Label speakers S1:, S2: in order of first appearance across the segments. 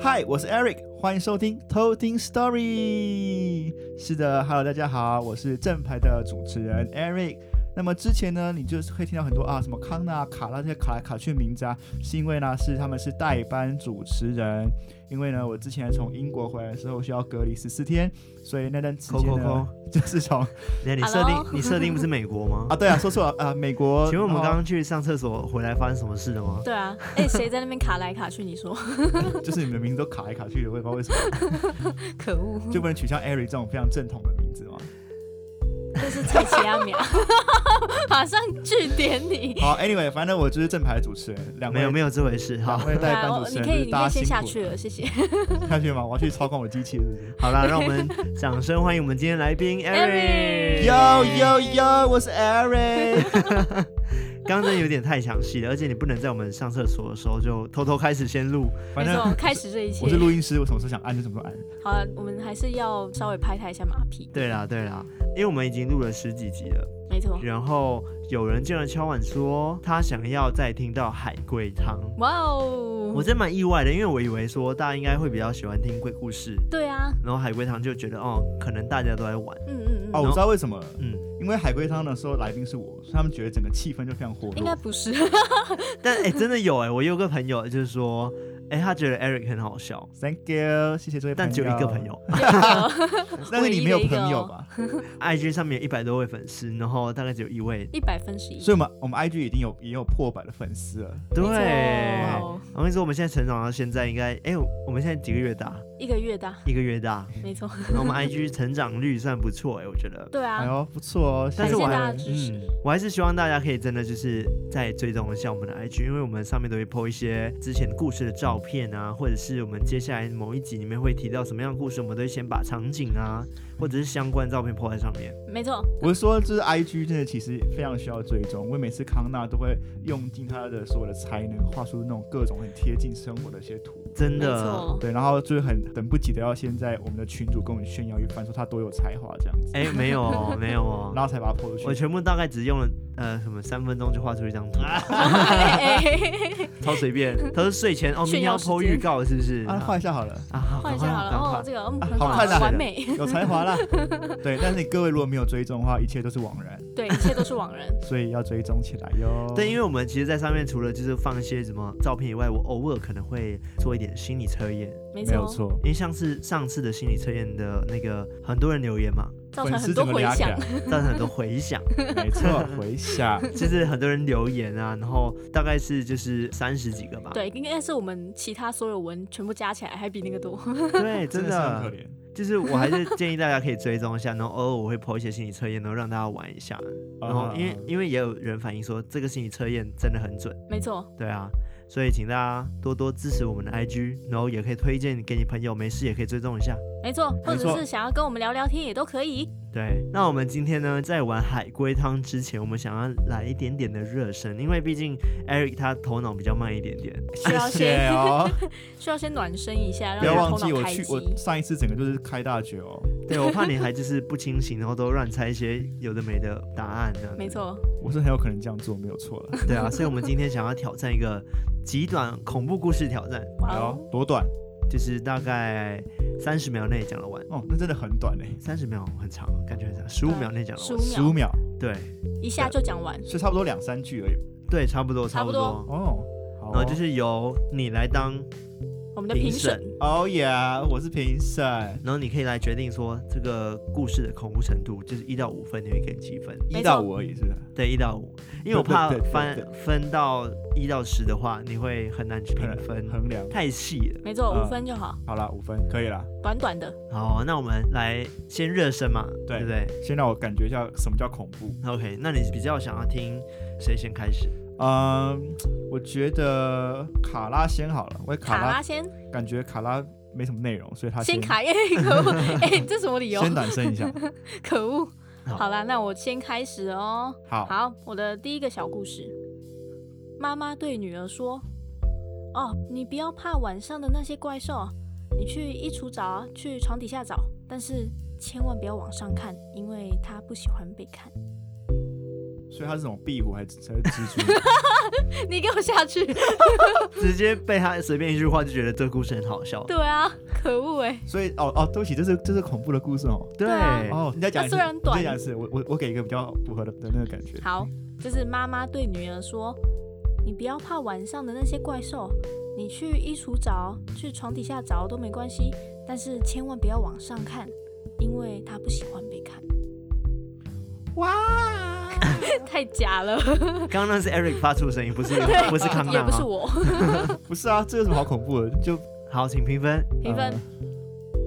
S1: 嗨，我是 Eric，欢迎收听偷听 Story。是的，Hello，大家好，我是正牌的主持人 Eric。那么之前呢，你就是会听到很多啊，什么康纳、卡拉这些卡来卡去的名字啊，是因为呢是他们是代班主持人。因为呢，我之前从英国回来的时候需要隔离十四天，所以那段时间
S2: 扣扣
S1: 呢
S2: 扣，
S1: 就是从
S2: 那你设定
S3: Hello？
S2: 你设定不是美国 吗？
S1: 啊，对啊，说错了啊、美国。
S2: 请问我们
S1: 然后
S2: 刚刚去上厕所回来发生什么事了吗？
S3: 对 啊，哎、谁在那边卡来卡去？你说
S1: 就是你们的名字都卡来卡去的，我也不知道为什么，
S3: 可恶，
S1: 就不能取消 Eric 这种非常正统的名字吗？
S3: 这是蔡奇 阿苗，马上据点你。
S1: 好，Anyway，反正我就是正牌主持人，两位
S2: 没有没有这回事。好
S1: 两，位代班主
S3: 我
S1: 持
S3: 啊
S1: 人，
S3: 你可
S1: 就是
S3: 以，你可
S1: 大家
S3: 以
S1: 辛
S3: 先
S1: 苦
S3: 下去了，谢谢。
S1: 下去吗？我要去操控我机器，是不是
S2: 好啦，让我们掌声欢迎我们今天来宾 Eric。
S3: Eric
S1: ？Yo yo yo，我是 Eric。
S2: 刚刚真的有点太详细了，而且你不能在我们上厕所的时候就偷偷开始先录。
S1: 反
S3: 没
S1: 正
S3: 错，开始这一切
S1: 我是。录音师，我什么时候想按就什么时候按。
S3: 好了，我们还是要稍微拍他一下马屁。
S2: 对啦对啦，因为我们已经录了十几集了，
S3: 没错。
S2: 然后有人竟然敲碗说他想要再听到海龟汤。
S3: 哇
S2: 我
S3: 哦！
S2: 真蛮意外的，因为我以为说大家应该会比较喜欢听鬼故事，
S3: 对啊，
S2: 然后海龟汤就觉得哦，可能大家都在玩，
S3: 嗯嗯
S1: 哦，
S3: 嗯，
S1: 我知道为什么了，
S2: 嗯，
S1: 因为海龟汤的时候来宾是我，所以他们觉得整个气氛就非常活
S3: 应该
S1: 络。
S3: 不是。
S2: 但哎、欸真的有哎、我有个朋友就是说，哎、他觉得 Eric 很好笑，
S1: Thank you，谢谢这位朋友。
S2: 但只有一个朋，友
S1: 但是你没有朋友吧？
S2: ，IG 上面有一百多位粉丝，然后大概只有一位。
S3: 一百分十一
S1: 所以，我们我们 IG 已经有也有破百的粉丝了。
S2: 对，
S3: 没错
S2: 我跟你说，我们现在成长到现在应该，哎、我我们现在几个月大？
S3: 一个月的，
S2: 一个月大，
S3: 没错。
S2: 然后我们 IG 成长率算不错哎、我觉得。
S3: 对
S1: 哎
S3: 啊，
S1: 呦，不错哦。
S2: 但是
S1: 谢谢
S2: 我
S3: 感谢大
S2: 还
S3: 家支持
S2: 嗯，我还是希望大家可以真的就是再追踪一下我们的 IG，因为我们上面都会 po 一些之前故事的照片啊，或者是我们接下来某一集里面会提到什么样的故事，我们都会先把场景啊，或者是相关照片 po 在上面。
S1: 嗯
S3: 没错，
S1: 我是说，就是 I G 真的其实非常需要追踪，因为每次康纳都会用尽他的所有的才能，画出那种各种很贴近生活的一些图。
S2: 真
S3: 没
S2: 的，
S3: 错。
S1: 对，然后就是很等不及的要先在我们的群主跟我们炫耀一番，说他多有才华这样子，
S2: 哎、没有 哦，没有哦，
S1: 然后才把它抛出去
S2: 我。全部大概只用了呃什么三分钟就画出一张图，
S3: 哎哎哎
S2: 超随 便。他说睡前哦，明
S3: 炫
S2: 天
S3: 耀
S2: 要 po
S3: 时间
S2: 预告是不是？
S1: 啊，画一下好了，
S2: 啊，好
S3: 换一下好
S2: 赶快
S3: 了，哦，这个嗯很
S1: 好看啊
S3: 完美，
S1: 有才华啦。对，但是你各位如果没有追踪的话，一切都是枉然，
S3: 对，一切都是枉然。
S1: 所以要追踪起来哟。
S2: 对，因为我们其实，在上面除了就是放一些什么照片以外，我偶尔可能会做一点心理测验，
S3: 没
S1: 没有
S3: 错，
S1: 错，
S2: 因为像是上次的心理测验的那个很多人留言 嘛，
S3: 造
S1: 粉
S3: 成
S1: 丝
S3: 很
S1: 整
S3: 多
S1: 个
S3: 回
S1: 压起
S3: 响
S1: 来。，
S2: 造成很多回响，
S1: 没错，回想。
S2: 就是很多人留言啊，然后大概是就是三十几个吧，
S3: 对，应该是我们其他所有文全部加起来还比那个多。
S1: 嗯
S2: 对， 真
S1: 真的是很可
S2: 的，
S1: 怜，
S2: 就是我还是建议大家可以追踪一下，然后偶尔我会 po 一些心理测验，然后让大家玩一下，然后
S1: 啊
S2: 因为因为也有人反映说这个心理测验真的很准，
S3: 没错，
S2: 对啊。所以请大家多多支持我们的 IG，然后也可以推荐给你朋友，没事也可以追踪一下。
S3: 没错，或
S1: 没错
S3: 者是想要跟我们聊聊天也都可以。
S2: 对，那我们今天呢，在玩海龟汤之前，我们想要来一点点的热身，因为毕竟 Eric 他头脑比较慢一点点。
S3: 需要
S1: 谢谢
S3: 先
S1: 哦。
S3: 需要先暖身一下，
S1: 不
S3: 让
S1: 要忘
S3: 你的
S1: 记
S3: 头
S1: 我
S3: 脑开
S1: 去
S3: 机。
S1: 我上一次整个就是开大绝哦，
S2: 对我怕你还就是不清醒，然后都乱猜一些有的没的答案这样子
S3: 没。错，
S1: 我是很有可能这样做，没有错了。
S2: 对啊，所以我们今天想要挑战一个极短恐怖故事挑战，
S3: 哇
S1: 哎
S3: 哦
S1: 呦，，多短
S2: 就是大概三十秒内讲得完。
S1: 哦，那真的很短嘞，
S2: 三十秒很长，感觉很长，啊十五秒内讲得
S3: 十
S2: 完。
S1: 十五
S3: 五秒
S1: 秒，
S2: 对
S3: 一下就讲完。
S1: 所以差不多两三句而已。
S2: 对，差不多，
S3: 差
S2: 差
S3: 不
S2: 不
S3: 多
S2: 多。
S1: 哦，好
S2: 然后呃就是由你来当
S3: 我们的
S2: 评
S3: 评
S2: 审
S3: 审，
S1: 哦耶，我是评审，
S2: 然后你可以来决定说这个故事的恐怖程度，就是一到五分，你会给几分？
S1: 一
S3: 没错
S1: 到五而已，是不是？
S2: 对，一到五，因为我
S1: 对对
S2: 怕
S1: 对对
S2: 翻
S1: 对
S2: 分到一到十的话，你会很难去评
S1: 衡
S2: 分，
S1: 衡量。
S2: 太细了。
S3: 没错，
S1: 嗯
S3: 五分就好，
S1: 好啦，五分可以啦。
S3: 短短的。
S2: 好，那我们来先热身嘛，
S1: 对
S2: 对不对
S1: 先让我感觉一下什么叫恐怖。
S2: ？OK，那你比较想要听谁先开始？
S1: 嗯，我觉得卡拉先好了，我卡
S3: 卡
S1: 拉
S3: 拉先
S1: 感觉卡拉没什么内容，所以他
S3: 先卡， 哎，可恶，哎，这什么理由？
S1: 先暖身一下。
S3: 可恶。
S2: 好
S3: 好啦，那我先开始哦。
S1: 好，
S3: 好，我的第一个小故事。妈妈对女儿说：“哦，你不要怕晚上的那些怪兽，你去衣橱找啊，去床底下找，但是千万不要往上看，因为她不喜欢被看。
S1: 所以它是什么壁虎还是还是蜘蛛？
S3: 你给我下去！
S2: 直接被他随便一句话就觉得这故事很好笑。
S3: 对啊，可恶哎、
S1: 所以哦哦，对不起，这是这是恐怖的故事哦。
S2: 对，
S3: 对啊
S1: 哦，你再讲一次，
S3: 它虽然
S1: 你
S3: 短
S1: 再讲一次，我我我给一个比较符合的的那个感觉。
S3: 好，就是妈妈对女儿说：“你不要怕晚上的那些怪兽，你去衣橱找，去床底下找都没关系，但是千万不要往上看，因为他不喜欢被看。
S1: 哇，”
S3: 太假了，
S2: 刚刚那是 Eric 发出的声音，不 是不是康
S3: 也
S2: 纳
S3: 不是
S2: 吗？
S3: 我。
S1: 不是啊，这有什么好恐怖的？就
S2: 好，请评 分。
S1: 嗯
S3: 评分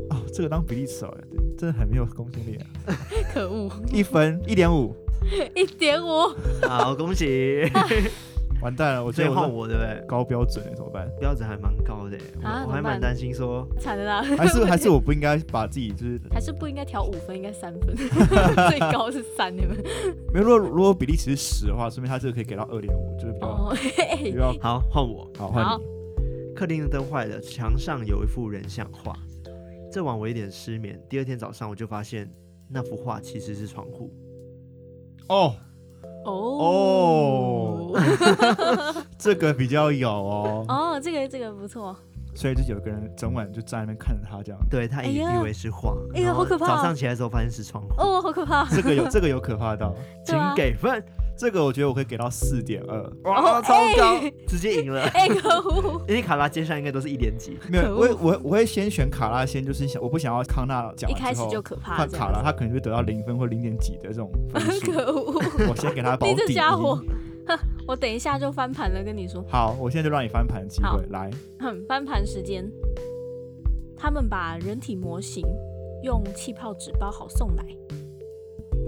S1: 呃哦，这个当比例尺哦，真的很没有公信力啊！
S3: 可恶，
S1: 一分一点五，
S3: 一点五。
S2: 好，恭喜。
S1: 完蛋了，我觉
S2: 最
S1: 得
S2: 后
S1: 我
S2: 我对不对？
S1: 是高标准了，欸怎么办？
S2: 标准还蛮高的耶，我
S3: 啊
S2: 我还
S3: 怎么办
S2: 蛮担心说，
S3: 惨了啦，
S1: 还是还是我不应该把自己就是
S3: 还是不应该调五分，应该三分， 最高是三，你们
S1: 没有，如果如果比例尺是十的话，说明他这个可以给到二点五，就是比较、
S3: 哦，
S1: 比较
S2: 好换我。
S1: 好
S3: 好
S1: 换你。
S2: 客厅的灯坏了，墙上有一幅人像画。这晚我有点失眠，第二天早上我就发现那幅画其实是窗户。
S1: 哦，
S3: 哦
S1: 这个比较有哦，
S3: 哦，这个这个不错，
S1: 所以就有个人整晚就站在那边看着他这样，
S2: 对他以
S3: 哎呀
S2: 以为是画，
S3: 哎呀
S2: 然后
S3: 好可怕
S2: 早上起来的时候发现是窗户，
S3: 哦，好可怕，
S1: 这个有这个有可怕到，
S2: 请
S3: 对啊
S2: 给分。
S1: 这个我觉得我可以给到四点 二，
S2: 哇，
S3: 哦
S2: 超高
S3: 哎，
S2: 直接赢了。
S3: 哎，可恶，
S2: 因为卡拉接下来应该都是一连级，
S1: 没有，
S3: 可恶
S1: 我会我会我会先选卡拉先，就是想我不想要康纳讲
S3: 一
S1: 完
S3: 开
S1: 之
S3: 始
S1: 后
S3: 就可怕，
S1: 换卡拉，，他可能就得到零分或零点几的这种分数，
S3: 可恶，
S1: 我先给他保
S3: 你
S1: 底
S3: 这
S1: 一。
S3: 家伙，我等一下就翻盘了，跟你说，
S1: 好，我现在就让你翻盘机
S3: 好
S1: 会来，
S3: 哼，翻盘时间，他们把人体模型用气泡纸包好送来。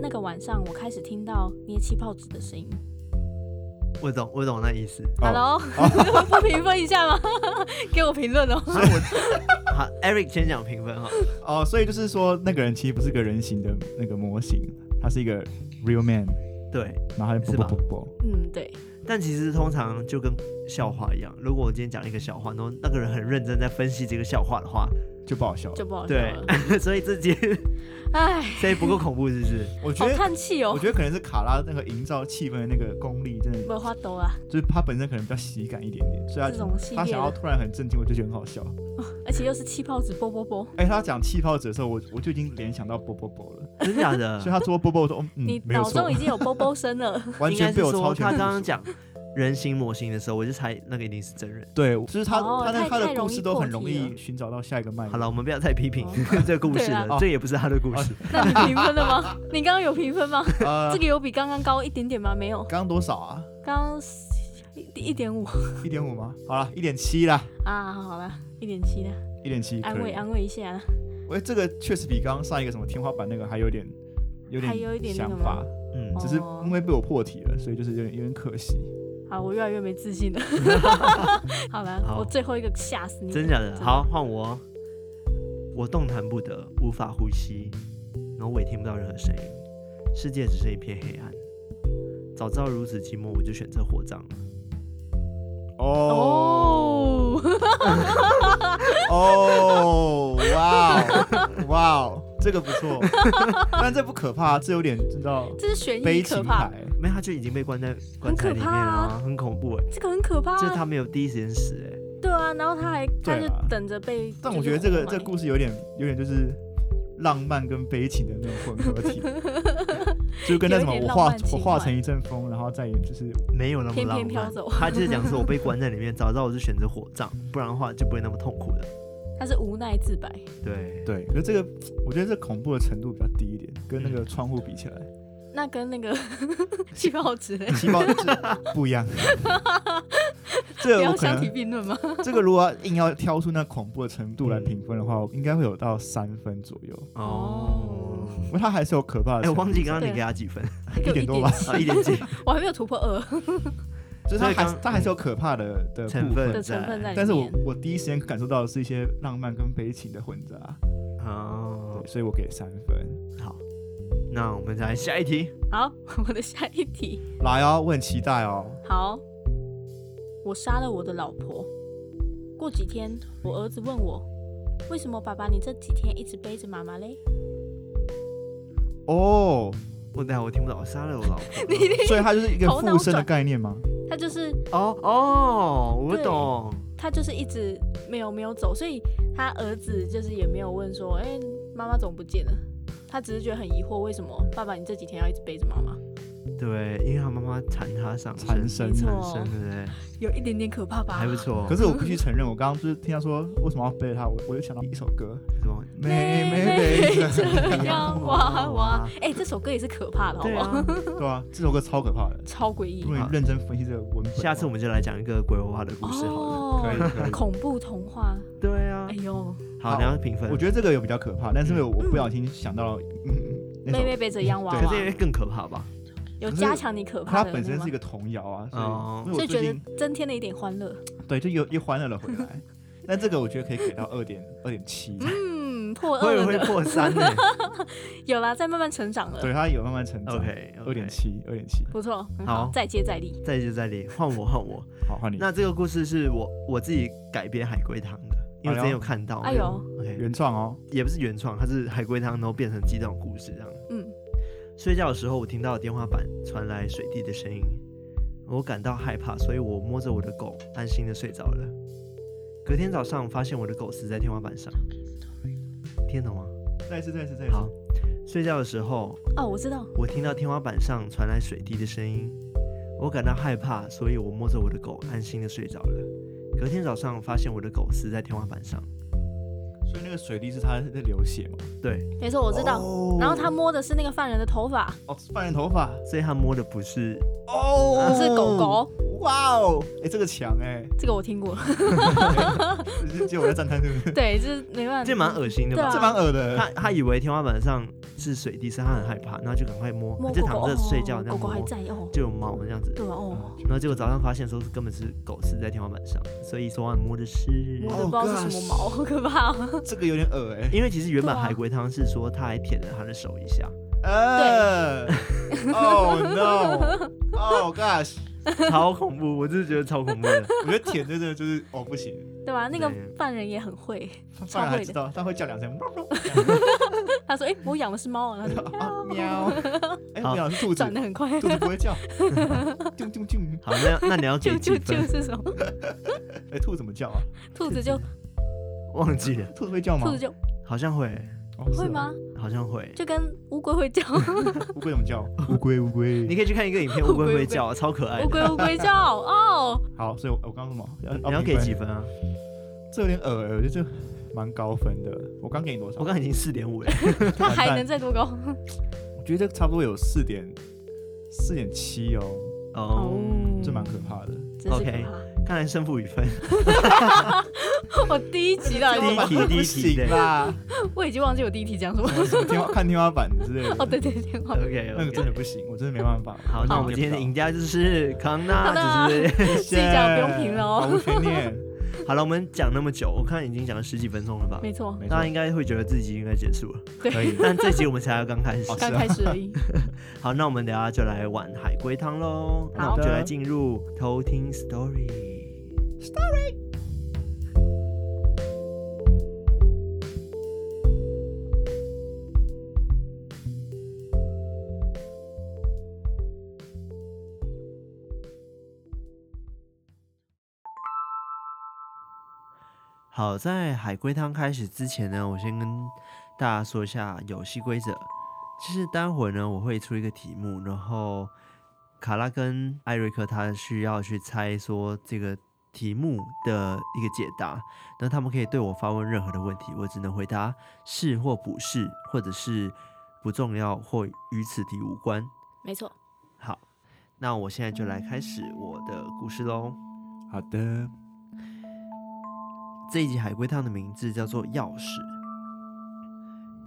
S3: 那个晚上，我开始听到捏气泡纸的声音。
S2: 我懂，我懂那意
S3: 嗯
S2: 思。
S1: 哦
S3: Hello，、不 评分一下吗？给我评论哦。
S2: 所以我好，Eric 先讲评分哈。
S1: 哦，所以就是说，那个人其实不是个人形的那个模型，他是一个 real man，
S2: 对，
S1: 然后他就是不
S2: 吧
S1: 不不不，
S3: 嗯，对，
S2: 但其实通常就跟笑话一样，如果我今天讲一个笑话，然后那个人很认真在分析这个笑话的话，
S1: 就不好笑了。
S3: 就不好笑
S2: 对
S3: 了。，
S2: 所以这节
S3: 哎，
S2: 所以不够恐怖，是不是？
S1: 我觉
S3: 好
S1: 得，
S3: 叹气
S1: 我
S3: 哦。
S1: 觉得可能是卡拉那个营造气氛的那个功力，真的
S3: 没花兜啊，
S1: 就是他本身可能比较喜感一点点，所以
S3: 这
S1: 他
S3: 种系
S1: 他
S3: 列
S1: 想要
S3: 的，
S1: 突然很震惊，我就觉得很好笑。
S3: 而且又是气泡纸，啵啵啵。
S1: 哎，他讲气泡纸的时候，我我就已经联想到啵啵啵了，
S2: 真的假的
S1: 所以？他说啵啵，我说嗯，
S3: 你
S1: 嗯没有
S3: 脑中
S1: 错
S3: 已，经有啵啵声了，
S1: 完
S2: 应该
S1: 全
S2: 是
S1: 被我
S2: 说
S1: 超前
S2: 他
S1: 部
S2: 刚刚
S1: 署
S2: 讲人形模型的时候，我就猜那个一定是真人。
S1: 对，就是他
S3: 哦
S1: 他的
S3: 太
S1: 他
S3: 太
S1: 的
S3: 容
S1: 故
S3: 易
S1: 事都
S3: 破
S1: 很
S3: 题
S1: 容
S3: 了
S1: 易寻找到下一个脉
S2: 好
S1: 络。
S2: 了，我们不要再批评这故事
S3: 哦对啊
S2: 了
S1: 啦，
S2: 这也不是他的故事。
S1: 哦
S3: 那你评分了 吗？你刚刚有评分吗？
S1: 呃
S3: 这，个有比刚刚高一点点吗？没有，
S1: 刚刚多少啊？
S3: 刚刚一一点五
S1: 一点五吗？好了，一点七啦，
S3: 啊，好了，一点七的，
S1: 一点七可
S3: 安慰
S1: 以。
S3: 安慰一下啦。
S1: 喂，这个确实比刚刚上一个什么天花板那个还有点，有点
S3: 还有一点那个
S1: 想
S3: 吗
S1: 法，
S3: 哦
S2: 嗯，
S1: 只是因为被我破题了，所以就是有点有点可惜。
S3: 好，我越来越没自 信了。好了，
S2: 好
S3: 我最后一个吓死你了。
S2: 真假的？好，换我。我动弹不得，无法呼吸，然后我也听不到任何声音，世界只是一片黑暗。早知道如此寂寞，我就选择火葬了。
S1: 哦
S3: 哦，
S1: 哦，哇哦哇哦，这个不错， 但这不可怕，啊这有点知道
S3: 这是悬疑
S1: 悲
S3: 可
S1: 情
S3: 怕，
S1: 牌。
S2: 没有，他就已经被关在棺材里面了、
S3: 很可怕啊
S2: 很恐怖哎、
S3: 这个很可怕啊。
S2: 就是他没有第一时间死哎、
S3: 对啊，然后他还他
S1: 对
S3: 就
S1: 啊
S3: 等着被。
S1: 但
S3: 就
S1: 我
S3: 是
S1: 觉得这个
S3: 活埋
S1: 这个故事有点有点就是浪漫跟悲情的那种混合 体，就跟那什么
S3: 有一点
S1: 我
S3: 浪
S1: 化
S3: 漫情
S1: 我化
S3: 怀
S1: 成一阵风，然后再也就是
S2: 没有那么
S3: 偏偏
S2: 浪
S3: 飘
S2: 漫
S3: 走。
S2: 他就是讲说，我被关在里面，早知道我就选择火葬，不然的话就不会那么痛苦的。
S3: 他是无奈自白。
S2: 对，
S1: 对，可是这个我觉得这恐怖的程度比较低一点，跟那个窗户比 起来，
S3: 那 跟那个气泡纸嘞，
S1: 气泡是不一 样。这
S3: 不
S1: 个
S3: 要
S1: 我可
S3: 相提
S1: 能
S3: 并论吗？
S1: 这个如果要硬要挑出那恐怖的程度来评分的话，应该会有到三分左右，
S2: 哦，
S1: 因为它还是有可怕的
S2: 哎、
S1: 程
S2: 我
S1: 度。
S2: 忘记刚刚
S3: 对啊
S2: 你给他几分，
S3: 他 给我
S1: 一点多吧
S2: 啊，一
S3: 七，
S2: 点几
S3: 我还没有突破二
S1: 就是
S2: 所
S1: 它
S2: 以
S1: 还
S2: 刚
S1: 是它还是有可怕的的
S2: 成
S1: 部分
S2: 分
S3: 的成分在里面。
S1: 但是我我第一时间感受到的是一些浪漫跟悲情的混杂，
S2: 哦
S1: 对，，所以我给三分。
S2: 好，那我们再来下一题。
S3: 好， 我的下一题。
S1: 来哦，我很期待哦。
S3: 好，我杀了我的老婆。过几天，我儿子问我，为 什么爸爸你这几天一直背着妈妈嘞？
S1: 哦，
S2: 我等下我听不懂，我杀了我老婆。
S1: 所以它就是一个
S3: 头脑
S1: 附身的
S3: 转
S1: 概念吗？
S3: 他就是
S2: 哦哦，我
S3: 对
S2: 懂。
S3: 他就是一直没有没有走，所以他儿子就是也没有问说，哎、妈妈怎么不见了？他只是觉得很疑惑，为什么爸爸你这几天要一直背着妈妈？
S2: 对，因为他妈妈缠他上
S1: 缠身
S2: 身，缠
S3: 没错
S2: 身，对不对？
S3: 有一点点可怕吧？
S2: 还不错。
S1: 可是我必须承认，我刚刚就是听到说为什么要背着它，我我就想到一首歌，
S2: 什么？
S1: 妹妹背着，
S3: 这样娃娃，哎、这首歌也是可怕的，好
S2: 对
S3: 不好？
S2: 啊，
S1: 对啊，这首歌超可怕的。
S3: 超诡异
S1: 如。果你认真分析这个文本的话，
S2: 下次我们就来讲一个鬼娃娃的故事好了。
S1: 可以
S3: 哦，
S1: 可以。
S3: 恐怖童话，
S2: 对啊
S3: 哎，呦，
S2: 好，你要评分。
S1: 我觉得这个有比较可怕，
S3: 嗯
S1: 但是因为我不小心想到了，嗯，那
S3: 妹
S1: 首
S3: 妹背着洋娃
S2: 可
S3: 娃
S2: 是，因为更可怕吧？
S3: 有加强你可怕
S1: 它
S3: 的
S1: 本
S3: 那
S1: 身
S3: 个
S1: 是一
S3: 吗，
S1: 个童谣啊，
S2: 哦
S1: 所以所以
S3: 所
S1: 我最
S3: 以觉得
S1: 近
S3: 增添了一点欢乐。
S1: 对就又又欢乐了回来。那这个我觉得可以给到二点二点七，
S3: 嗯，破
S2: 我
S3: 二
S2: 以为
S3: 了
S2: 会
S3: 呢，
S2: 破三呢。
S3: 有啦，在慢慢成长了，
S1: 对，它有慢慢成长。
S2: OK，
S1: 二点。七，二点七。
S3: 不错，很
S2: 好
S3: 好，再接再厉。
S2: 再接再厉，换我换我。
S1: 好，换你。
S2: 那这个故事是我我自己改编海龟汤的，因为我之前有看到。
S3: 哎呦，
S2: ，OK，
S1: 原创哦，
S2: 也不是原创，它是海龟汤，然后变成鸡蛋故事这样。
S3: 嗯，
S2: 睡觉的时候，我听到电话板传来水滴的声音，我感到害怕，所以我摸着我的狗，安心的睡着了。隔天早上，发现我的狗死在天花板上。听得懂吗？
S1: 再一次，再一次，再一
S2: 好
S1: 次。，
S2: 睡觉的时候，
S3: 哦，我知道，
S2: 我听到天花板上传来水滴的声音，我感到害怕，所以我摸着我的狗，安心的睡着了。隔天早上，发现我的狗死在天花板上。
S1: 所以那个水滴是它在流血嘛？
S2: 对，
S3: 没错，我知道。
S1: 哦
S3: 然后他摸的是那个犯人的头发，
S1: 哦，是犯人头发
S2: 所以它摸的不是
S1: 哦
S3: 是狗。狗，
S1: 哇哦，哎，这个强哎，
S3: 这个我听过。
S1: 就就我在赞叹这个，
S3: 对，这没办法，
S2: 这蛮恶心的吧？
S3: 对 啊
S1: 这蛮恶 的。
S2: 他他以为天花板上是水滴，所以他很害怕，然后就赶快摸，
S3: 摸
S2: 他就
S3: 狗
S2: 躺
S3: 狗
S2: 着睡觉
S3: 哦
S2: 这样
S3: 狗狗
S2: 摸
S3: 还，在哦，
S2: 就有猫这样子。
S3: 对啊哦，
S2: 然后结果早上发现的时候，根本是狗死在天花板上，所以昨晚摸的是
S3: 摸
S1: 哦
S3: 的不知道是什么毛，好可怕哦。
S1: 这个有点恶哎。
S2: 因为其实原本
S3: 对啊
S2: 海龟汤是说他还舔了他的手一 下，
S1: 呃，Oh no，Oh gosh，
S2: 超恐怖，我真的觉得超恐怖的。
S1: 我觉得舔真的就是哦不行，
S3: 对吧？那个
S2: 对
S3: 犯人也很会，
S1: 犯人还知道，他会叫两声喵
S3: 他说：“哎、我养的是猫。”然后他就
S1: 喵啊 喵，哎
S2: 好
S1: 喵是 兔子
S3: 转，的很快。
S1: 兔子不会叫， 啾啾啾，
S2: 好，那那你要
S3: 就
S2: 给
S3: 就
S2: 几
S3: 就
S2: 分？
S3: 这种
S1: 哎兔子怎么叫啊？
S3: 兔子就
S2: 忘记了，
S1: 兔子会叫吗
S3: 兔子？就
S2: 好像会，
S1: 哦
S3: 会？吗？
S2: 好像 会。
S3: 就跟乌龟会叫，
S1: 是 哦乌龟怎么叫？乌龟乌
S2: 你
S1: 龟。
S2: 可以去看一个影片，乌
S3: 乌
S2: 龟
S3: 龟
S2: 会
S3: 乌龟
S2: 叫，超可
S1: 哎
S2: 爱
S3: 乌龟
S2: 的。
S3: 乌龟叫哦。
S1: 好，所以我我刚刚说什么？
S2: 你要给
S1: 评分
S2: 几？分啊？
S1: 这有点恶哎，我觉得这蛮高分的。我刚给你多少？
S2: 我刚刚已经四点 五了。
S3: 它还能再多
S1: 哦
S3: 高？
S1: 我觉得差不多有四点四点七哦，
S2: 哦，
S3: 嗯
S1: 这蛮可怕的。
S3: 真是可
S2: OK
S3: 怕。
S2: 看来胜负与分。
S3: 我第一集的
S2: 第一题
S1: 不
S2: 第一题
S1: 行啦，
S3: 我已经忘记我第一题讲什么。
S1: 什么天花看天花板之类的。
S3: 哦，对对对， 好
S2: OK
S1: 那个
S2: OK
S1: 真。的不行，我真的没办法。
S2: 好，那我们今天的赢家就是康纳，
S3: 康
S2: 只
S3: 纳
S2: 是
S1: 自
S3: 己讲不用评了哦
S1: 毫无悬念。
S2: 好了，我们讲那么久，我看已经讲了十几分钟了吧？
S3: 没错，
S1: 没错
S2: 大家应该会觉得自己应该结束了，
S1: 可以，
S2: 但这集我们才刚开始
S1: 哦。
S3: 刚开始而已。
S2: 好，那我们等下就来玩海龟汤喽。那我们就来进入偷听 story。好，在海龟汤开始之前呢，我先跟大家说一下游戏规则。就是待会儿呢，我会出一个题目，然后卡拉跟艾瑞克他需要去猜说这个题目的一个解答，那他们可以对我发问任何的问题，我只能回答是或不是，或者是不重要或与此题无关。
S3: 没错，
S2: 好，那我现在就来开始我的故事喽。
S1: 好的，
S2: 这一集海龟汤的名字叫做《钥匙》。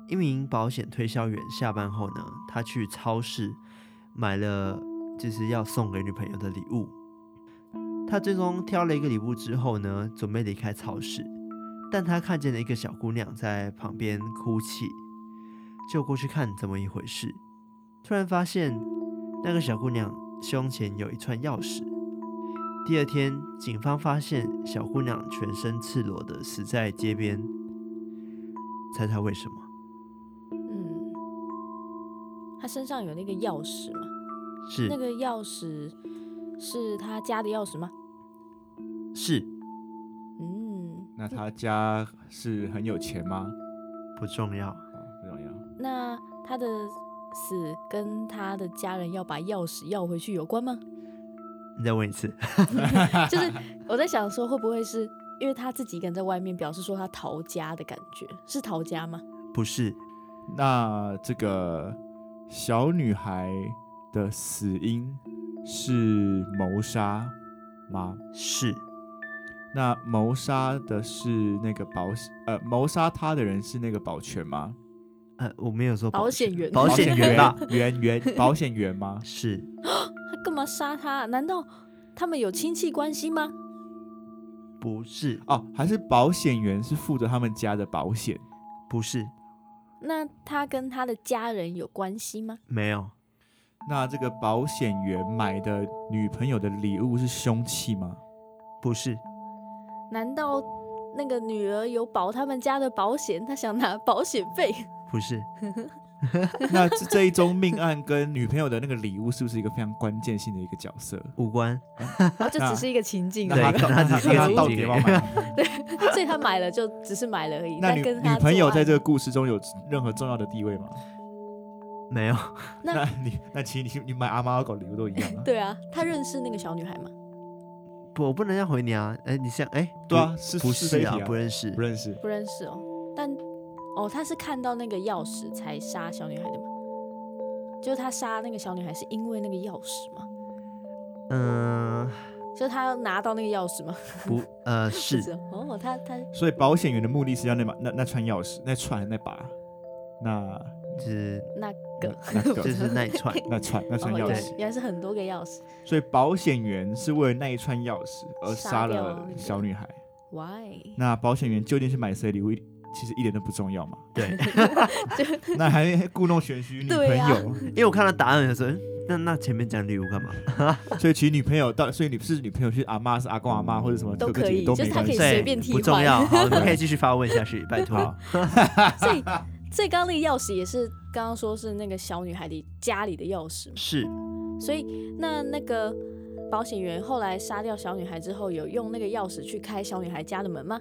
S2: 一名保险推销员下班后呢，他去超市买了就是要送给女朋友的礼物。他最终挑了一个礼物之后呢，准备离开超市，但他看见了一个小姑娘在旁边哭泣，就过去看怎么一回事。突然发现那个小姑娘胸前有一串钥匙，第二天，警方发现小姑娘全身赤裸的死在街边，猜猜为什么？
S3: 嗯，他身上有那个钥匙嘛？
S2: 是
S3: 那个钥匙是他家的钥匙吗？
S2: 是
S3: 嗯，
S1: 那他家是很有钱吗？
S2: 不重要，
S1: 啊，不重要。
S3: 那他的死跟他的家人要把钥匙要回去有关 吗？
S2: 你再问一次，
S3: 就是我在想说，会不会是因为他自己一个人在外面，表示说他逃家的感觉，是逃家吗？
S2: 不是
S1: 那这个小女孩的死因是谋杀吗？
S2: 是
S1: 那谋杀的是那个保险，呃，谋杀她的人是那个保全吗？
S2: 呃，我没有说
S3: 保险员，
S2: 保险员啊吧，
S1: 员员保险员吗？
S2: 是
S3: 他干嘛杀他？难道他们有亲戚关系吗？
S2: 不是
S1: 哦，还是保险员是负责他们家的保险？
S2: 不是
S3: 那他跟他的家人有关系吗？
S2: 没有
S1: 那这个保险员买的女朋友的礼物是凶器吗？
S2: 不是
S3: 难道那个女儿有保他们家的保险，她想拿保 险费？
S2: 不是
S1: 那这这一宗命案跟女朋友的那个礼物是不是一个非常关键性的一个角色？
S2: 无关，
S3: 哦，这只是一个情境
S1: 那他
S3: 而
S2: 对
S3: 已，
S1: 到
S2: 那
S1: 那
S2: 只是一个
S1: 他
S2: 情
S1: 到底
S2: 境
S1: 要不
S2: 而
S1: 要
S2: 已
S1: 买？
S3: 所以他买了就只是买了而已。
S1: 那
S3: 但
S1: 女
S3: 跟他
S1: 女朋友
S3: 做
S1: 在
S3: 爱
S1: 这个故事中有任何重要的地位吗？
S2: 没有
S3: 那
S1: 那你那其实你你买阿猫阿狗礼物都一样啊。
S3: 对啊，他认识那个小女孩吗？
S2: 不，我不能这样回你啊，哎，你像哎，
S1: 对啊，是
S2: 不，不
S1: 是
S2: 是
S1: 这一
S2: 啊
S1: 题，啊
S2: 不认识
S1: 不，认识。
S3: 不认识哦，但哦，他是看到那个钥匙才杀小女孩的吗？就是他杀那个小女孩是因为那个钥匙吗？
S2: 嗯，
S3: 就是他要拿到那个钥匙吗？
S2: 不，呃，
S3: 不
S2: 是
S3: 知道哦，他他
S1: 所以保险员的目的是要那把那那串钥匙，那串那把，那
S2: 就是
S3: 那个
S1: 那
S2: 就
S1: 个
S2: 是那一串，
S1: 那串那串
S3: 哦，
S1: 钥
S3: 原
S2: 对
S1: 匙。
S3: 原来是很多个钥匙
S1: 所以保险员是为了那一串钥匙而杀
S3: 杀掉
S1: 了
S3: 那个
S1: 小女孩。
S3: ，why？
S1: 那保险员究竟是买谁礼物，其实一点都不重要嘛。
S2: 对，
S1: 那还故弄玄虚女朋
S3: 对啊
S1: 友，
S2: 因为我看到答案的时候，嗯那那前面讲礼物干嘛？
S1: 所以其实女朋友到，所以你是女朋友去阿妈是阿公阿妈或者什么
S3: 嗯都
S1: 哥哥
S3: 可
S1: 姐姐
S3: 以
S1: 都
S3: 就
S1: 没
S3: 是她
S1: 关
S3: 可以
S1: 系。
S3: 随
S2: 对，
S3: 便替
S2: 不重
S3: 换
S2: 要， 好，你们可以继续发问下去，拜托
S1: 好。，
S3: 所以这刚刚那个钥匙也是刚刚说是那个小女孩的家里的钥匙嘛，
S2: 是
S3: 所以那那个保险员后来杀掉小女孩之后，有用那个钥匙去开小女孩家的门吗？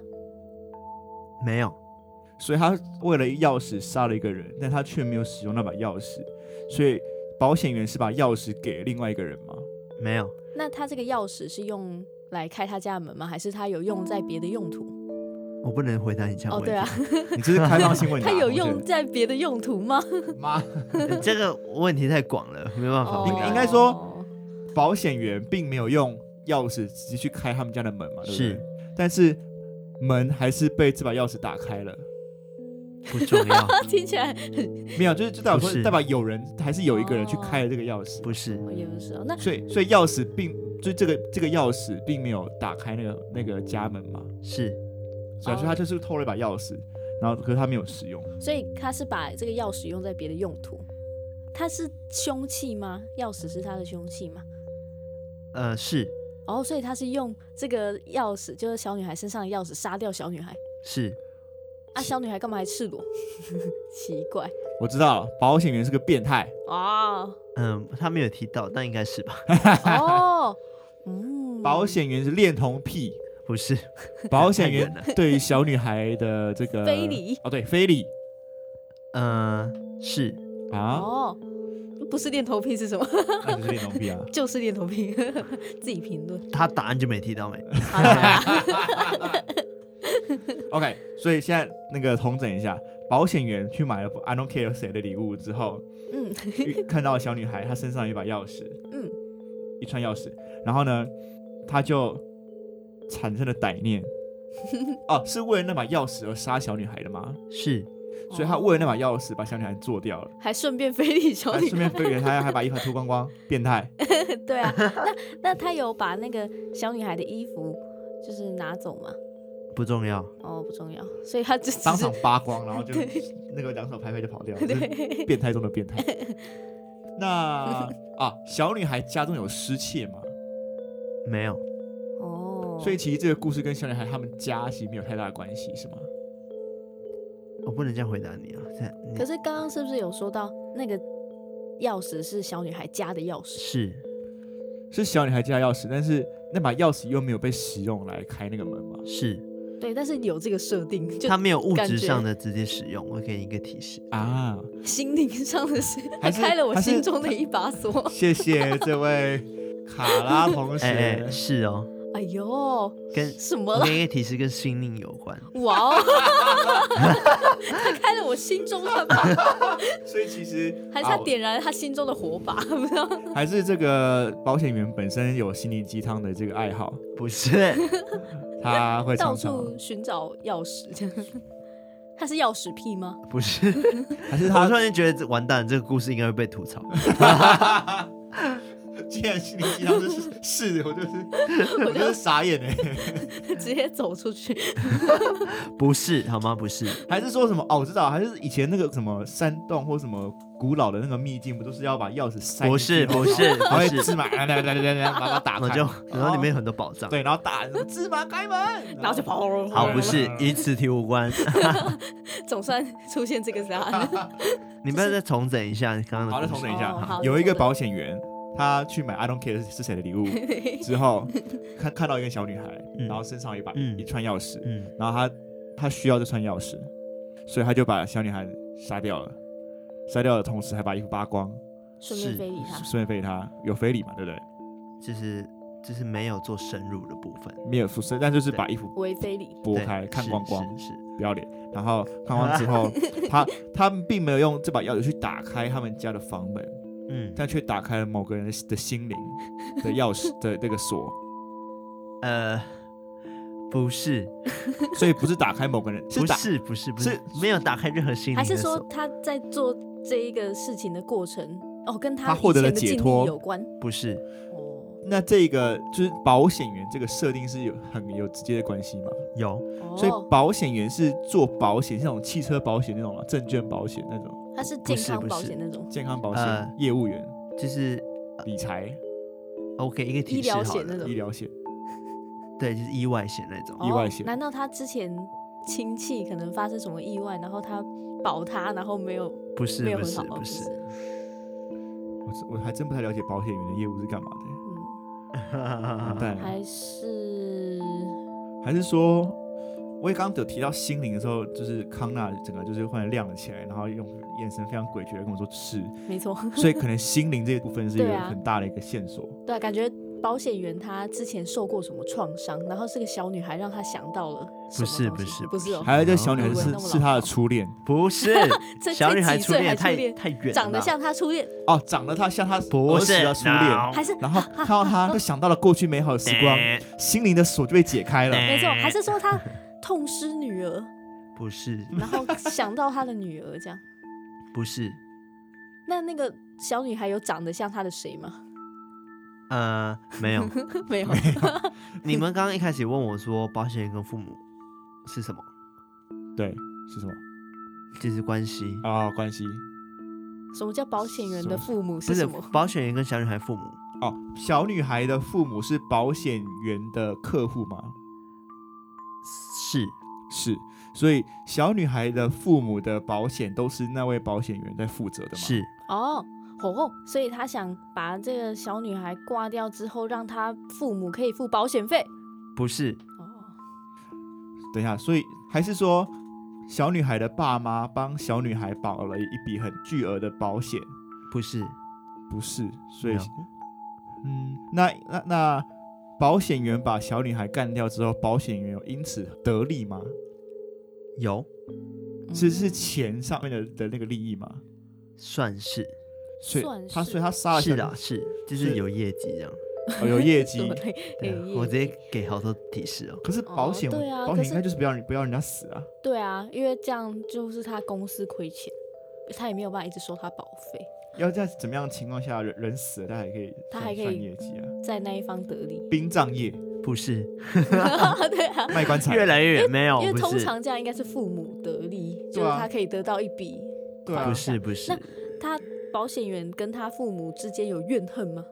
S2: 没有，
S1: 所以他为了钥匙杀了一个人，但他却没有使用那把钥匙，所以保险员是把钥匙给另外一个人 吗？
S2: 没有，
S3: 那他这个钥匙是用来开他家的门吗？还是他有用在别的用途？
S2: 我不能回答你这样
S3: 哦，
S2: 问
S3: 对
S2: 题。
S3: 啊，
S1: 你这是开放性问答，
S3: 他
S1: 啊
S3: 有
S1: 我觉得
S3: 用在别的用途吗？
S1: 妈，
S2: 这个问题太广了，没办法
S3: 哦
S2: 回答。
S1: 应该 说保险员并没有用钥匙直接去开他们家的门嘛，对不对
S2: 是？
S1: 但是门还是被这把钥匙打开了，
S2: 不重要，
S3: 听起来
S1: 没有，就是就代表
S2: 不是
S1: 说代表有人还是有一个
S3: 哦
S1: 人去开了这个钥匙，
S2: 不是，
S3: 也不是哦。那
S1: 所以所以钥匙并就这个这个钥匙并没有打开那个那个家门嘛，
S2: 是
S1: 所以
S3: 哦
S1: 所以他就是偷了一把钥匙，然后可是他没有使用，
S3: 所以他是把这个钥匙用在别的用途。他是凶器吗？钥匙是他的凶器吗？
S2: 呃是
S3: 哦，所以他是用这个钥匙，就是小女孩身上的钥匙杀掉小女孩
S2: 是
S3: 啊！小女孩干嘛还赤裸？ 奇怪
S1: 我知道保险员是个变态，
S3: 啊！哦，
S2: 嗯，他没有提到，但应该是吧？
S3: 哦嗯，
S1: 啊 保险员是恋童 癖，
S2: 不是，
S1: 保险员
S2: 太远
S1: 对于小女孩的这个
S3: 非礼
S1: 哦，对非礼
S2: 呃是
S1: 啊，
S3: 哦，不是恋头皮是什么？
S1: 那就是恋童癖啊。
S3: 就是恋头皮， 自己 评论。
S2: 他答案就没提到没？
S3: 好啦
S1: OK，所以现在那个统整一下，保险员去买了 I don't care 谁的礼物之后，
S3: 嗯
S1: 遇看到小女孩她身上有一把钥匙，
S3: 嗯，
S1: 一串钥匙，然后呢，他就产生了歹念。哦，是为了那把钥匙而杀小女孩的吗？
S2: 是
S1: 所以
S3: 哦
S1: 他为了那把钥匙把小女孩做掉了，
S3: 还顺便非礼小
S1: 还
S3: 女
S1: 顺 便非给她，还把衣服脱光光，变态。
S3: 对啊，那那他有把那个小女孩的衣服就是拿走吗？
S2: 不重要，
S3: 哦，不重要，所以他就只
S1: 当
S3: 是
S1: 场扒光，然后就那个两手拍拍就跑掉，这是变态中的变态。那啊，小女孩家中有失窃吗？
S2: 没有
S3: 哦，
S1: 所以其实这个故事跟小女孩他们家其实没有太大的关系，是吗？
S2: 我不能这样回答你啊。这样你
S1: 嗯
S3: 可是刚刚是不是有说到那个钥匙是小女孩家的钥匙，
S2: 是
S1: 是小女孩家钥匙，但是那把钥匙又没有被使用来开那个门嘛？
S2: 是，
S3: 对，但是有这个设定，就
S2: 它没有物
S3: 感
S2: 质
S3: 觉
S2: 上的直接使用，我给你一个提示。
S1: 啊，
S3: 心灵上的是，他
S1: 还是
S3: 开了我
S1: 还是
S3: 心中的一把锁。
S1: 谢谢这位卡拉同 学。
S2: 哎哎，是哦，
S3: 哎呦，
S2: 跟
S3: 什么
S2: 我
S3: 啦？
S2: 给你一个提示，跟心灵有关。
S1: 嗯
S3: 哇哦，他开了我心中的把，
S1: 所以其实
S3: 还是
S1: 啊
S3: 他
S1: 我
S3: 点燃了他心中的火把？不知道
S1: 还是这个保险员本身有心灵鸡汤的这个爱好，
S2: 不 是，
S1: 他会
S3: 到
S1: 常常
S3: 处寻找钥匙，这样他是钥匙癖吗？
S2: 不是，
S1: 还是
S2: 我
S1: 他
S2: 突然觉得这完蛋，这个故事应该会被吐 槽。
S1: 既然心灵鸡汤就是是，我就是 我就是傻眼哎，
S3: 直接走出去，
S2: 不是， 好吗？不是，
S1: 还是说什么哦？我知道，还是以前那个什么山洞或什么古老的那个秘境，不都是要把钥匙塞
S2: 不
S1: 进去
S2: 是，
S1: 吗
S2: 不是，
S1: 然后
S2: 不
S1: 会
S2: 是，
S1: 芝麻来来来来来把它打
S2: 我
S1: 开，
S2: 就然后里面有很多宝藏。
S1: 对，然后打什么芝麻开门，
S3: 然后就跑。
S2: 好，不是，与此题无关。
S3: 总算出现这个啥？
S2: 你不要再重整一下刚刚 的
S1: 好，再
S2: 故事。
S1: 重整一下
S3: 哦好。
S1: 有一个保险员，他去买 I don't care 是谁的 礼物之后，看看到一个小女孩，
S2: 嗯
S1: 然后身上有一把
S2: 嗯
S1: 一串钥匙，
S2: 嗯，
S1: 然后他他需要这串钥匙，所以他就把小女孩杀掉了。杀掉的同时还把衣服扒光，
S3: 顺便
S2: 是
S3: 非礼他，
S1: 顺便非礼她，有非礼嘛，对不对？
S2: 就是就是没有做深入的部分，
S1: 没有附身，但就是
S2: 对
S1: 把衣服
S3: 为非礼。
S1: 拨
S2: 对
S1: 开看
S2: 是
S1: 光光，
S2: 是是
S1: 不要脸。然后看完之 后，他他并没有用这把钥匙去打开他们家的房门，
S2: 嗯
S1: 但却打开了某个人的心灵的钥匙的那个锁，
S2: 呃，不是，
S1: 所以不是打开某个人，是
S2: 不
S1: 打
S2: 是，不是，不
S1: 是
S2: 是，没有打开任何心灵
S3: 还
S2: 的
S3: 是说
S2: 锁
S3: 他在做这一个事情的过程，哦，跟
S1: 他
S3: 他
S1: 获得
S3: 以
S1: 了
S3: 前的
S1: 解
S3: 经历
S1: 脱
S3: 有关
S2: 不是，
S3: 哦。
S1: 那这个就是保险员这个设定是有很有直接的关系嘛？
S2: 有
S1: 所以
S3: 哦，
S1: 保险员是做保险，像那种汽车保险那种嘛，证券保险那种，
S3: 他是
S2: 不
S3: 健
S2: 是
S3: 康
S2: 不
S3: 保
S2: 是
S3: 险那种
S1: 健康保险、
S2: 呃
S1: 业务员、
S2: 就是
S1: 理财、
S2: OK 一个
S3: 医
S2: 提示
S3: 疗
S2: 好
S3: 险那
S2: 了，
S3: 种
S1: 医疗险，
S2: 对，就是意外险那种。
S1: 意外
S3: 哦
S1: 险
S3: 难道他之前亲戚可能发生什么意外，然后他保他，然后没有
S2: 不是
S3: 没有
S2: 不
S3: 很
S2: 是
S3: 好哦吗？
S2: 不是，
S1: 我是我还真不太了解保险员的业务是干嘛的，
S3: 嗯，
S1: 完蛋了
S3: 还是
S1: 还是说，我也刚刚有提到心灵的时候，就是康纳整个就是忽然亮了起来，然后用眼神非常诡谲的跟我说是，
S3: 没错，
S1: 所以可能心灵这一部分是一
S3: 对
S1: 个
S3: 啊
S1: 很大的一个线索。
S3: 对啊，感觉保险员他之前受过什么创伤，然后是个小女孩让他想到了什
S2: 不
S3: 么
S2: 是
S3: 东
S2: 不
S3: 西
S2: 是
S3: 不
S2: 不
S3: 是
S2: 是
S3: 哦，
S1: 还有这小女孩
S3: 不会
S1: 是
S3: 那么
S1: 是她的
S3: 老
S1: 初恋
S2: 不是
S3: 这
S2: 小
S3: 这
S2: 女孩
S3: 几
S2: 初
S3: 岁
S2: 恋
S3: 还初
S2: 太
S3: 恋
S2: 太远了吧，
S3: 长得像他初恋，
S1: 哦，长得她像她
S2: 不
S1: 儿
S2: 是啊
S1: 时的初恋，
S2: 哦
S3: 还是
S1: 然后看到她就想到了过去美好的时光，心灵的锁就被解开了。
S3: 没错，
S2: 哎
S3: 还是说他痛失 女儿，
S2: 不是
S3: 然后想到他的女儿这样。
S2: 不是
S3: 那那个小女孩有长得像她的谁吗？
S2: 呃没有，
S3: 没有，
S2: 你们刚刚一开始问我说保险跟父母是什么，
S1: 对，是什么
S2: 就是关系，
S1: 啊、关系
S3: 什么叫保险员的父母
S2: 不
S3: 是
S2: 是
S3: 什么？
S2: 保险员跟小女孩父母，
S1: 哦，小女孩的父母是保险员的客户吗？
S2: 是
S1: 是，所以小女孩的父母的保险都是那位保险员在负责的吗？，
S2: 是
S3: 哦，哦，所以他想把这个小女孩挂掉之后，让她父母可以付保险费。
S2: 不是
S3: 哦，
S1: 等一下，所以还是说小女孩的爸妈帮小女孩保了一笔很巨额的保险，
S2: 不是？
S1: 不是？所以
S2: No，
S1: 嗯，那那那保险员把小女孩干掉之后，保险员有因此得利吗？
S2: 有
S3: 嗯
S1: 是是钱上面的的那个利益吗？
S2: 算是
S1: 所以
S3: 算
S1: 他
S3: 是
S1: 所以他杀了小
S2: 是
S1: 女
S2: 的，是就是
S1: 是
S2: 有业绩这样。
S1: 哦有业
S3: 对
S1: 绩，，
S2: 对啊
S3: 有业
S2: 我直接给好多提示哦。
S1: 可是保
S3: 哦
S1: 险、
S3: 对啊
S1: 保
S3: 可
S1: 险
S3: 是
S1: 应该就是不要不要人家死啊。
S3: 对啊，因为这样就是他公司亏钱，他也没有办法一直收他保费，
S1: 要在怎么样的情况下人人死了，他还可以
S3: 他
S1: 算
S3: 还可以
S1: 算业绩啊？
S3: 在那一方得 利。
S1: 殡葬业
S2: 不是，
S3: 对啊，
S1: 卖棺材，
S2: 越来越远，没有，
S3: 因为
S2: 不
S3: 通
S2: 是，
S3: 常这样应该是父母得利，就
S1: 哦对
S3: 是
S1: 啊
S3: 他可以得到一笔。
S1: 对啊
S2: 不，是，不是，
S3: 他保险员跟他父母之间有怨恨吗？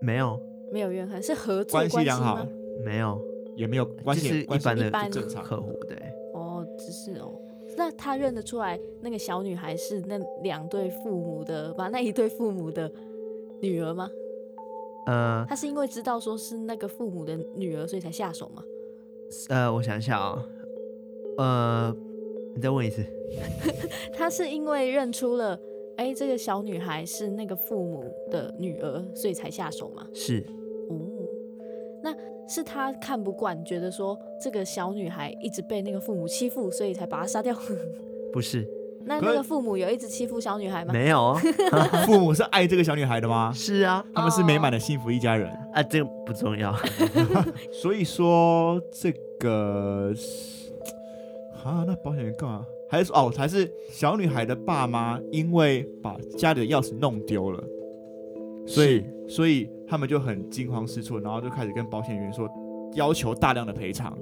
S2: 没有，
S3: 没有怨恨，是合作
S1: 关系良好
S3: 吗？
S2: 没有，
S1: 也没有关
S2: 就是
S1: 系，
S2: 一
S1: 关系
S2: 般
S3: 一般
S2: 的
S1: 正常。
S2: 客户对。
S3: 哦，只是哦，那他认得出来那个小女孩是那两对父母的，把那一对父母的女儿吗？
S2: 呃
S3: 他是因为知道说是那个父母的女儿，所以才下手吗？
S2: 呃，我想一下啊、呃，你再问一次。
S3: 他是因为认出了，哎、这个小女孩是那个父母的女儿，所以才下手吗？
S2: 是，
S3: 哦，那是他看不惯，觉得说这个小女孩一直被那个父母欺负，所以才把她杀掉。
S2: 不是？
S3: 那
S1: 可
S3: 那
S1: 是
S3: 个父母有一直欺负小女孩吗？
S2: 没有 哦。
S1: 父母是爱这个小女孩的吗？
S2: 是啊，
S1: 他们是美满
S3: 哦
S1: 的幸福一家人。
S2: 啊，这个不重要。
S1: 所以说这个是啊，那保险员干嘛？还是说哦，还是小女孩的爸妈因为把家里的钥匙弄丢了， 所以所以他们就很惊慌失措，然后就开始跟保险员说要求大量的赔偿。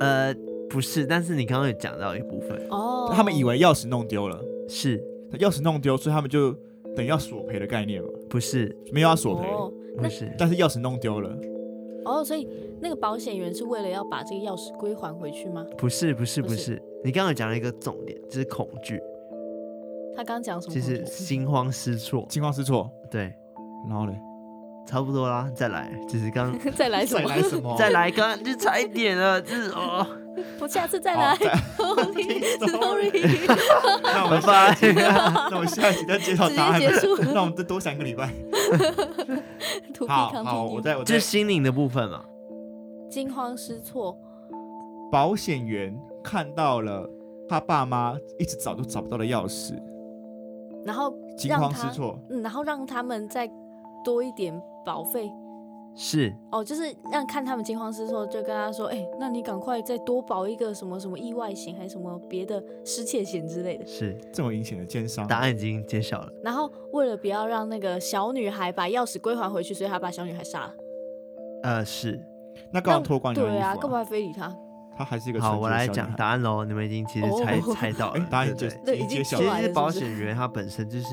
S2: 呃，不是，但是你刚刚有讲到一部分，
S3: 哦，
S1: 他们以为钥匙弄丢了，
S2: 是
S1: 钥匙弄丢，所以他们就等于要索赔的概念嘛，
S2: 不是？
S1: 没有要索赔，
S3: 哦
S2: 不是，
S1: 但是钥匙弄丢了，
S3: 哦，所以那个保险员是为了要把这个钥匙归还回去吗？
S2: 不是，不是，
S3: 不
S2: 不
S3: 是
S2: 是。你刚刚有讲了一个重点，就是恐惧，
S3: 他刚讲什么
S2: 就
S3: 恐惧？
S2: 是心慌失措。
S1: 惊慌失措，
S2: 对，
S1: 然后嘞，
S2: 差不多啦，再来，就是刚
S3: 再来哎什么？
S1: 什 么
S2: 再来，刚刚就差一点了，就是哦，
S3: 我下次哦再来
S1: 好。再
S3: Sorry，
S1: 那我
S2: 拜
S1: 们下一集，
S2: 拜。
S1: 那我们下一集再介绍
S3: 直
S1: 答案
S3: 接。结束。
S1: 那我们再多想一个礼拜。
S3: To be
S1: 好好，我
S3: continue。
S1: 再我
S2: 就
S1: 再
S2: 是心灵的部分嘛。
S3: 惊慌失措，
S1: 保险员看到了他爸妈一直找都找不到的钥匙，
S3: 然后
S1: 惊慌失措。
S3: 嗯，然后让他们再多一点保费
S2: 是，
S3: 哦，就是让看他们惊慌失措，就跟他说，哎、那你赶快再多保一个什么什么意外险，还是什么别的失窃险之类的。
S2: 是，
S1: 这么阴险的奸商，
S2: 答案已经揭晓了。
S3: 然后为了不要让那个小女孩把钥匙归还回去，所以他把小女孩杀了。
S2: 呃，是。
S1: 那干嘛脱光你的
S3: 对啊，
S1: 衣
S3: 干
S1: 服啊？
S3: 嘛非礼他？
S1: 他还是一个
S2: 好，
S1: 纯洁
S2: 我
S1: 的
S2: 来
S1: 小女
S2: 讲
S1: 孩
S2: 答案喽。你们已经其实
S3: 哦
S2: 猜猜到
S1: 哎
S2: 了，
S1: 答案
S2: 对不
S1: 就
S2: 对
S1: 是
S3: 对，
S1: 已
S3: 已
S1: 经
S3: 经出
S1: 出
S2: 其实
S3: 来
S2: 是
S3: 了。
S2: 保
S3: 是
S2: 险员他本身就是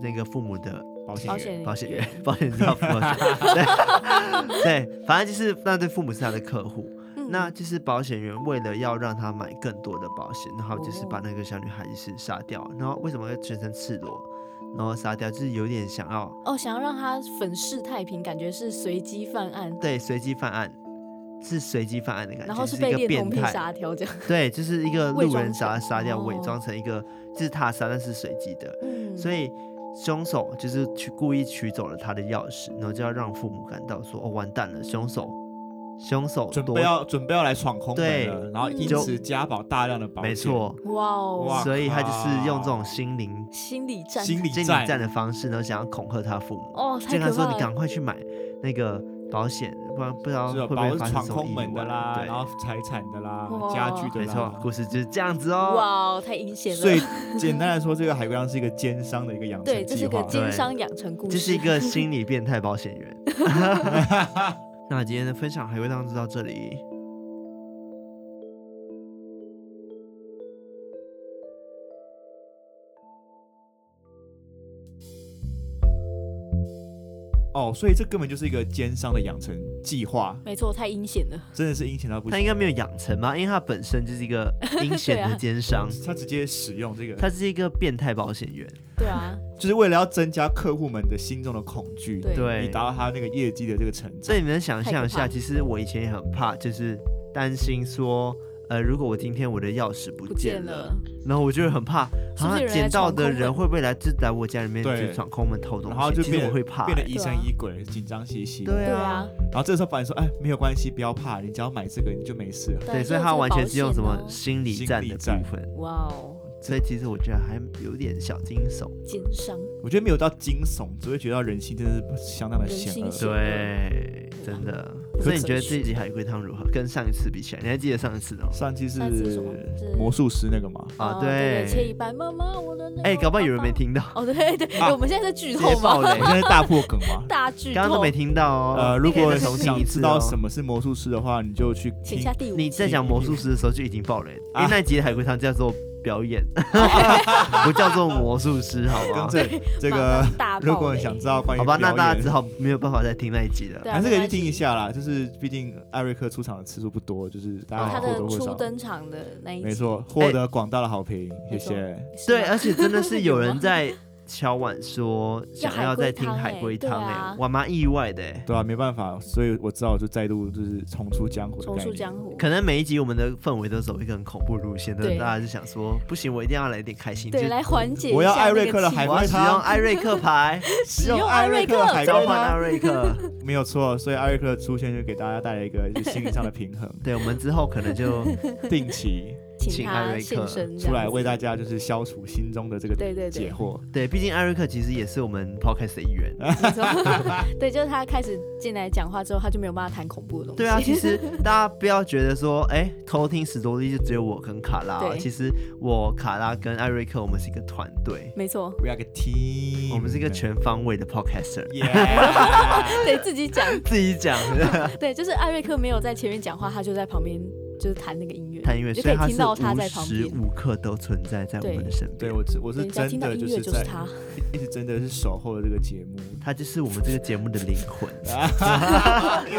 S2: 那个父母的
S1: 保
S3: 不是保
S1: 险
S3: 险
S1: 员。
S3: 员
S2: 保险员， 保险叫保险，对对，反正就是那对父母是他的客户，
S3: 嗯
S2: 那就是保险员为了要让他买更多的保险，然后就是
S3: 哦
S2: 把那个小女孩就是杀掉，然后为什么会全身赤裸，然后杀掉，就是有点想要
S3: 哦，想要让他粉饰太平，感觉是随机犯案，
S2: 对随机犯案，是随机犯案的感觉，
S3: 然后
S2: 是
S3: 被
S2: 一个
S3: 恋
S2: 变
S3: 童癖
S2: 态，
S3: 杀掉这样。
S2: 对，就是一个
S3: 伪
S2: 路
S3: 装
S2: 人杀
S3: 成
S2: 杀掉，伪
S3: 哦
S2: 装成一个就是他杀，但是随机的，
S3: 嗯，
S2: 所以凶手就是去故意取走了他的钥匙，然后就要让父母感到说，哦，完蛋了，凶手，凶手
S1: 准
S2: 多
S1: 备，要准备要来闯空门
S2: 对
S1: 了，然后因
S2: 就
S1: 此加保大量的保险，
S2: 没，错，
S3: 哇
S1: 哇
S3: 哦，
S2: 所以他就是用这种心灵
S3: 心理战
S1: 心理
S2: 心理
S1: 战
S2: 战的方式，然后想要恐吓他父母，
S3: 哦，太
S2: 就跟他
S3: 可
S2: 说
S3: 怕
S2: 你
S3: 了。
S2: 赶快去买那个保险，不然不知道
S1: 是有
S2: 会不
S1: 保
S2: 会发生
S1: 闯
S2: 什么
S1: 空
S2: 意
S1: 门的
S2: 外，
S1: 啦，
S2: 对
S1: 然后财产的啦，
S3: 哇
S1: 家具的
S2: 没错
S1: 啦，。
S2: 故事就是这样子哦。
S3: 哇，太阴险了。
S1: 所以简单来说，这个海龟汤是一个奸商的一个养
S3: 对，
S1: 成
S3: 这
S1: 计
S3: 是个
S1: 划。
S3: 经商养成故事。
S2: 这是一 个心理变态保险员。 那今天的分享海龟汤就到这里。
S1: 哦，所以这根本就是一个奸商的养成计划，
S3: 没错，太阴险了。
S1: 真的是阴险到不
S2: 他
S1: 行。
S2: 应该没有养成吧，因为他本身就是一个 阴险
S3: 啊
S2: 的奸商，
S1: 他直接使用这个，
S2: 他是一个变态保险员。
S3: 对啊，
S1: 就是为了要增加客户们的心中的恐惧，
S3: 对
S2: 对
S1: 以达到他那个业绩的这个成长。
S2: 所以你能想象一
S3: 太可怕
S2: 下，
S3: 了
S2: 其实我以前也很怕，就是担心说，呃，如果我今天我的钥匙不
S3: 不
S2: 见
S3: 见
S2: 了，
S3: 了。
S2: 然后我就会很怕，
S3: 是不
S2: 啊
S3: 是有人，来
S2: 捡到
S3: 闯空
S2: 的人
S3: 门
S2: 会不会来就来我家里面
S1: 对
S2: 就闯空门偷东西？
S1: 然后就
S2: 其实
S1: 变
S2: 我会怕、
S1: 变得
S2: 欸。
S1: 疑神疑鬼、紧张兮兮。
S2: 对
S3: 对啊
S2: 啊，，
S1: 然后这时候保险说：“哎，没有关系，不要怕，你只要买这个，你就没事了。
S2: 对，所以他完全是用什么
S3: 就
S2: 心理
S1: 心
S2: 战
S1: 理
S2: 的
S1: 战
S2: 部分，
S3: 有这个保险哦哇哦，
S2: 所以其实我觉得还有点小惊悚。
S3: 奸商。”
S1: 我觉得没有到惊悚，只会觉得人心真的是相当的
S3: 人
S1: 险
S3: 心
S1: 恶。
S3: 险
S2: 对，嗯真的。
S3: 可
S2: 所以
S3: 是
S2: 你觉得这一集海龟汤如何？跟上一次比起来，你还记得上一次的吗？
S1: 上期是
S3: 上次是什么是
S1: 魔术师那个嘛，
S2: 啊，
S3: 哦
S2: 对
S3: 对，，切一半，妈妈，我的那个
S2: 哎，搞不好有人没
S3: 包包。
S2: 听到，
S3: 哦，对对，
S1: 啊
S3: 我们现在在剧
S2: 直
S3: 透
S2: 接爆
S3: 嘛，。
S1: 我
S2: 雷
S1: 们，现在大破梗嘛
S3: 大剧
S2: 刚刚都
S3: 透
S2: 没。听到哦。
S1: 呃，如
S2: 你可以
S1: 果
S2: 再重听
S1: 想
S2: 一
S1: 知
S2: 次
S1: 道
S2: 哦
S1: 什么是魔术师的话，你就去
S3: 请
S1: 听
S3: 下第五
S2: 你
S3: 集。
S1: 啊
S2: 在讲魔术师的时候就已经爆雷了，因为那一集的海龟汤叫做 表演， 不叫做魔术师，好
S1: 更
S2: 吗？
S1: 正这
S3: 马
S1: 个
S3: 上，大 爆
S1: 如果
S3: 雷
S1: 想知道关于
S2: 好吧，那
S1: 表
S2: 大家
S1: 演
S2: 只好没有办法再听那一集了。
S3: 对啊
S1: 还是可以去听一下啦，就是毕竟艾瑞克出场的次数不多，就是
S2: 哦
S1: 大
S3: 他
S1: 家
S3: 的
S1: 或多或
S3: 初
S1: 少，
S3: 登场的那一集，
S1: 没错，
S2: 哎
S1: 获得广大的好评，谢谢。
S3: 是
S2: 对，
S3: 吗
S2: 而且真的是有 人在敲碗说想要再听海龟汤
S3: 要海龟汤
S2: 哎
S3: 欸，
S2: 我蛮意外的哎。
S1: 对啊，没办法，所以我知道我就再度就是重出江湖的
S3: 重
S1: 概
S3: 出
S1: 念。
S3: 江湖。
S2: 可能每一集我们的氛围都走一个很恐怖路线，但
S3: 对
S2: 是大家就想说，不行，我一定要来点开心，
S3: 对，
S2: 就
S3: 来缓解一下
S1: 我要艾
S3: 那
S1: 瑞
S3: 个
S1: 克的
S3: 气
S1: 海
S3: 氛
S2: 我要
S1: 龟
S2: 使
S1: 汤
S2: 用艾瑞克 牌，哦
S1: 使
S3: 用艾瑞克
S1: 海
S2: 召
S1: 龟
S2: 唤艾
S1: 汤，
S2: 瑞克。，
S1: 没有错。所以艾瑞克的出现就给大家带来一个就是心理上的平 衡
S2: 对，我们之后可能就
S1: 定期
S3: 请
S2: 请艾
S3: 他
S2: 瑞
S3: 现
S2: 克
S3: 身这
S1: 出来
S3: 样
S1: 为
S3: 子
S1: 大家就是消除心中的这个
S3: 对对对
S1: 解惑。
S2: 对，毕竟艾瑞克其实也是我们 podcast 的一员。
S3: 没错，对，就是他开始进来讲话之后，他就没有办法谈恐怖的东西。
S2: 对啊，其实大家不要觉得说，哎、偷听史多利就只有我跟卡拉哦，
S3: 对
S2: 其实我卡拉跟艾瑞克，我们是一个团队，
S3: 没错，
S1: We are a team，
S3: 嗯
S2: 我们是一个全方位的 podcaster。
S1: Yeah
S3: 对自己讲，
S2: 自己讲，
S3: 对，就是艾瑞克没有在前面讲话，他就在旁边就是弹那个音乐，
S2: 谭音乐，
S3: 就
S2: 所
S3: 可
S2: 以
S3: 以
S2: 他
S3: 听到他在
S2: 是
S3: 旁
S2: 无时
S3: 边。
S2: 无刻都存在在我们的身边。
S1: 对我只我是
S3: 对，只要
S1: 真
S3: 听到
S1: 的
S3: 音
S1: 就
S3: 乐
S1: 是
S3: 就是
S1: 在
S3: 他，
S1: 一直真的是守候这个节目。
S2: 他就是我们这个节目的灵魂。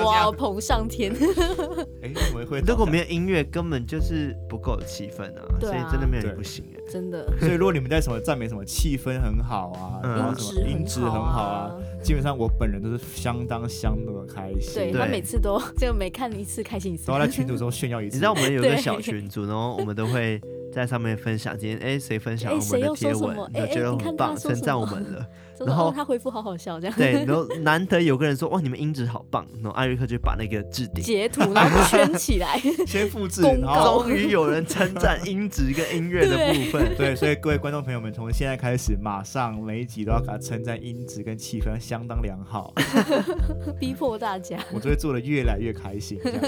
S3: 哇，捧上天，
S1: 哎，我们会
S2: 如果
S1: 倒带
S2: 没有音乐，根本就是不够有气氛啊！
S3: 对
S2: 所
S3: 啊
S2: 以真的没有你
S1: 对
S2: 不行哎。
S3: 真的，
S1: 所以如果你们在什么赞美什么气氛很好啊，
S2: 嗯
S1: 然后什么音质
S3: 质
S1: 很
S3: 很
S1: 好啊，，基本上我本人都是相当相当的开心，
S3: 对
S1: 然
S3: 他
S2: 对
S3: 每次都就每看一次开心一次
S1: 后，在群组中炫耀一
S2: 你
S1: 次。
S2: 知道我们有一个
S3: 对
S2: 小群组，然后我们都会在上面分享今天哎谁分享
S3: 哎
S2: 我们
S3: 谁
S2: 的
S3: 又说
S2: 贴
S3: 什
S2: 文
S3: 么，哎
S2: 有觉
S3: 哎
S2: 得
S3: 你
S2: 很
S3: 看他
S2: 棒，
S3: 说
S2: 称
S3: 什
S2: 赞我
S3: 么
S2: 们 了。
S3: 就说
S2: 然后
S3: 哦他回复好好笑这样，
S2: 对，然后难得有个人说哇你们音质好棒，然后艾瑞克就把那个置 顶。
S3: 截图然后圈起来，
S1: 先复制，
S3: 公
S1: 然
S3: 告
S1: 后
S2: 终于有人称赞音质跟音乐的部 分，
S1: 对，所以各位观众朋友们，从现在开始，马上每一集都要给他称赞音质跟气氛相当良好，
S3: 逼迫大家。
S1: 我就会做的越来越开心。这样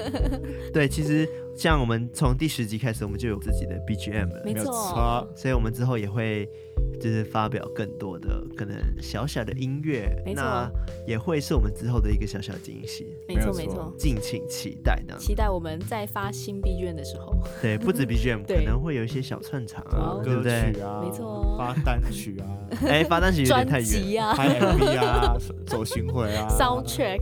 S2: 对，其实像我们从第十集开始，我们就有自己的 BGM 了，
S3: 没
S1: 没有
S3: 错
S1: 错，
S2: 所以我们之后也会就是发表更多的可能小小的音乐
S3: 没，错
S2: 那也会是我们之后的一个小小惊喜，
S3: 没
S1: 没有
S3: 错
S1: 错
S3: 没错，
S2: 敬请期待 呢。
S3: 期待我们在发新币卷的 时候，
S2: 对，不止 BGM，
S3: 对
S2: 可能会有一些小串场啊
S3: 好，
S2: 对
S1: 呃歌
S2: 不对？
S1: 曲啊，
S3: 没错
S1: 发单曲啊，
S2: 哎，发单曲有点
S3: 专
S2: 太远，
S3: 辑啊
S1: 拍 MV 啊， 走巡回啊
S3: ，soundtrack，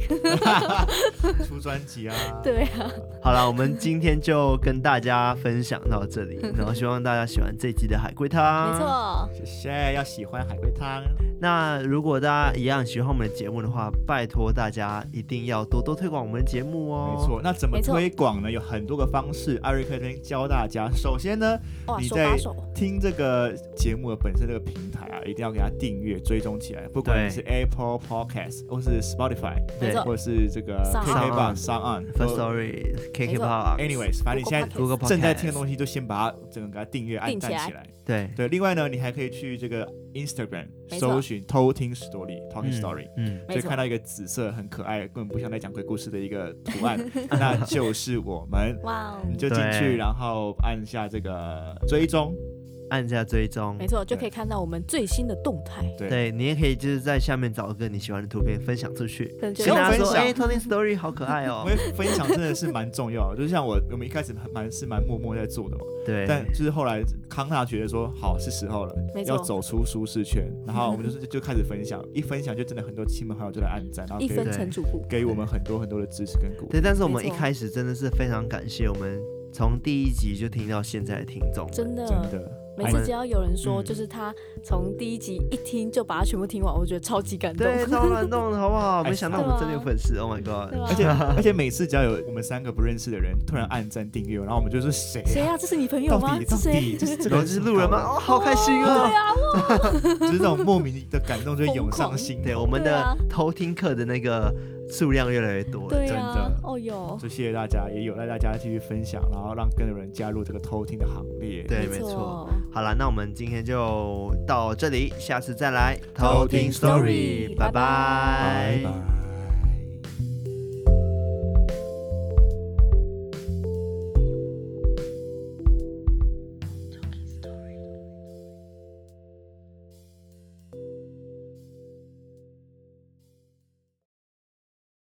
S1: 出专辑啊，
S3: 对啊，
S2: 好了，我们今天就跟大家分享到这 里，然后希望大家喜欢这一集的海龟汤。
S3: 没。错，
S1: 谢谢，要喜欢海龟汤，
S2: 那如果大家一样喜欢我们的节目的话，拜托大家一定要多多推广我们的节目哦。
S1: 没，错。那怎么
S3: 没错
S1: 推广呢？有很多个方式，艾瑞克这边教大家。首先呢，
S3: 哇，
S1: 你
S3: 手
S1: 在
S3: 把手，
S1: 听这个节目的本身这个平台啊，一定要给它订阅、追踪起来。不管你是 Apple Podcast 或是 Spotify，
S3: 没
S2: 对
S3: 错，
S1: 或是这个
S3: Sound
S1: KK
S2: On
S1: 吧、Sound On
S2: ，First
S1: 都
S2: Story、
S3: 没错
S2: KKBox、
S1: Anyways，反正你现在
S2: Google Podcast
S1: 哎正在听的东西，就先把它整个给它订阅、按
S3: 订起
S1: 赞
S3: 来
S1: 起来。
S2: 对，
S1: 对，另外呢，你还可以去这个 Instagram
S3: 没错
S1: 搜寻“偷听史多利 ”（Talking Story）。
S2: 嗯，
S1: 就
S3: 没
S1: 以
S3: 错
S1: 看，到一个紫色很可爱，根本不像在讲鬼故事的一个图 案，那就是我们。
S3: 哇哦，
S1: 你就进去，
S2: 对
S1: 然后按下这个追踪，
S2: 按下追踪
S3: 没。错，就可以看到我们最新的动态，
S1: 对，
S2: 对你也可以就是在下面找一个你喜欢的图片分享出去，
S3: 可能就
S1: 不用
S2: 跟大家说，
S1: 分享
S2: 哎，偷听 Story 好可爱
S1: 因
S2: 哦
S1: 为。分享真的是蛮重要的。就像我，我们一开始很蛮是蛮默默在做的嘛，
S2: 对，
S1: 但就是后来康纳觉得说，好是时候了，
S3: 没错
S1: 要走出舒适 圈，然后我们就是就开始分享，一分享就真的很多亲朋好友就来按赞，然后
S3: 一
S1: 给
S3: 分成主顾，
S1: 给我们很多很多的支持跟鼓励
S2: 对，。但是我们
S3: 没
S2: 一
S3: 错
S2: 开始真的是非常感谢我们从第一集就听到现在的听众，
S3: 真的，
S1: 真的，
S3: 每
S1: 哎
S3: 次只要有人说，
S2: 嗯
S3: 就是他从第一集一听就把它全部听完，我觉得超级感动，
S2: 对，超感动的，好不好？
S1: 哎
S2: 没想到我们真的有粉丝，Oh my god！
S3: 对吧啊
S1: 而且而且每次只要有我们三个不认识的人突然按赞订阅，然后我们就是谁
S3: 谁
S1: 啊？
S3: 呀？这是你朋友
S1: 到
S3: 吗？
S1: 底
S3: 这
S1: 到底
S3: 谁？
S1: 就是这
S2: 然
S1: 个欸
S2: 后就是路人吗？哦，好开心 哦！
S3: 啊
S1: 就是这种莫名的感动就涌上心
S2: 对，
S1: 头。
S2: 我们
S3: 对啊
S2: 的偷听课的那个数量越来越多了。
S3: 对
S1: 真
S3: 呀
S1: 的，
S3: 哦哟，
S1: 就谢谢大家，也有赖大家继续分享，然后让更多人加入这个偷听的行列。
S2: 对没错，好了，那我们今天就到这里，下次再来
S1: 偷听
S3: story，
S1: 拜
S2: 拜
S3: 拜
S2: 拜。
S1: 拜。